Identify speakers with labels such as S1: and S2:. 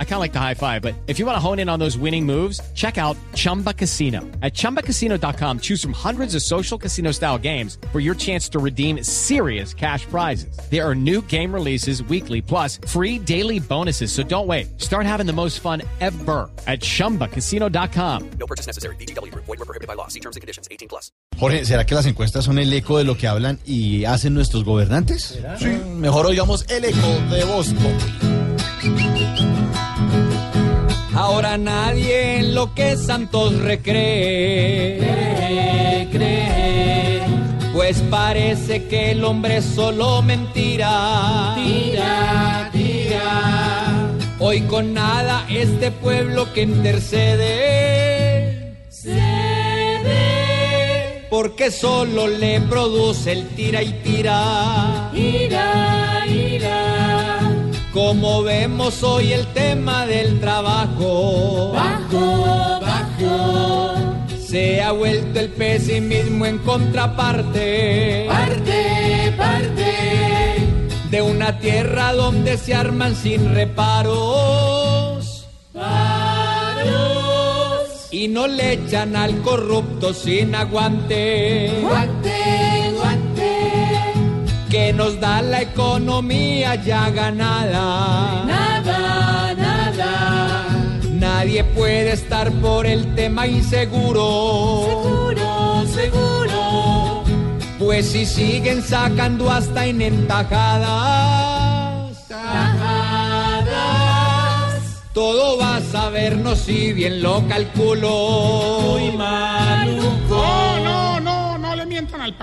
S1: I kind of like the high five, but if you want to hone in on those winning moves, check out Chumba Casino. At chumbacasino.com, choose from hundreds of social casino style games for your chance to redeem serious cash prizes. There are new game releases weekly, plus free daily bonuses. So don't wait. Start having the most fun ever at chumbacasino.com.
S2: No purchase necessary. BGW. Void were prohibited by law. See terms and conditions. 18 plus.
S3: Jorge, ¿será que las encuestas son el eco de lo que hablan y hacen nuestros gobernantes? Sí, mejor oigamos el eco de Bosco.
S4: Ahora nadie en lo que Santos recree. Pues parece que el hombre solo mentira. Tira, tira. Hoy con nada este pueblo que intercede. Cede. Porque solo le produce el tira y tira. Tira, tira. Como vemos hoy el tema del trabajo. Bajo, bajo. Se ha vuelto el pesimismo en contraparte. Parte, parte. De una tierra donde se arman sin reparos. Paros. Y no le echan al corrupto sin aguante. Guante, guante que nos da la economía ya ganada. Nada, nada. Nadie puede estar por el tema inseguro. Seguro, seguro. Pues si siguen sacando hasta en entajadas. Tajadas. Todo vas a vernos si bien lo calculo.
S5: No, no, no, no le mientan al